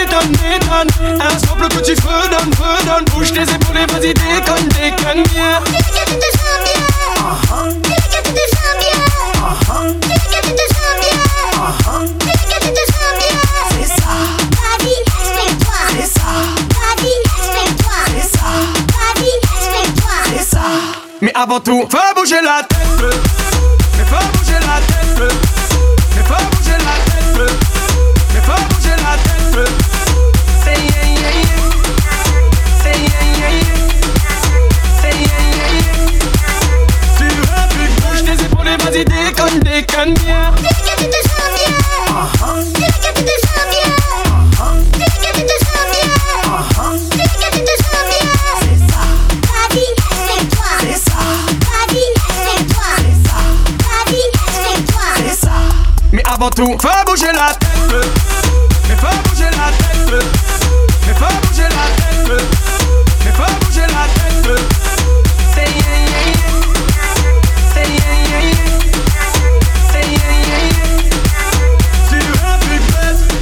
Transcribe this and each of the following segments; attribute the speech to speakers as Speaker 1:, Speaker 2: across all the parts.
Speaker 1: détonne Un simple petit feu donne, feu donne Bouge tes épaules et vas-y déconne, déconne bien
Speaker 2: C'est ça. Vas-y, explique-toi. C'est ça. Vas-y, explique-toi. C'est ça. Vas-y, explique-toi. C'est ça.
Speaker 1: Mais avant tout, fais bouger la tête bleu. Mais fais bouger la tête bleu. Mais fais bouger la tête bleu. Mais fais bouger la tête bleu. C'est yeah yeah yeah. C'est yeah yeah yeah. C'est yeah yeah yeah. Tu veux plus que bouge tes épaules et vas-y déconne, déconne bien. Mais avant tout, fais bouger la tête bleu. Mais fais bouger la tête bleu. Mais fais bouger la tête bleu. Mais fais bouger la tête bleu. C'est yeah yeah yeah. C'est yeah yeah yeah. C'est yeah yeah yeah. Tu veux plus bête.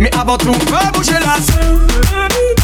Speaker 1: Mais avant tout, fais bouger la tête bleu.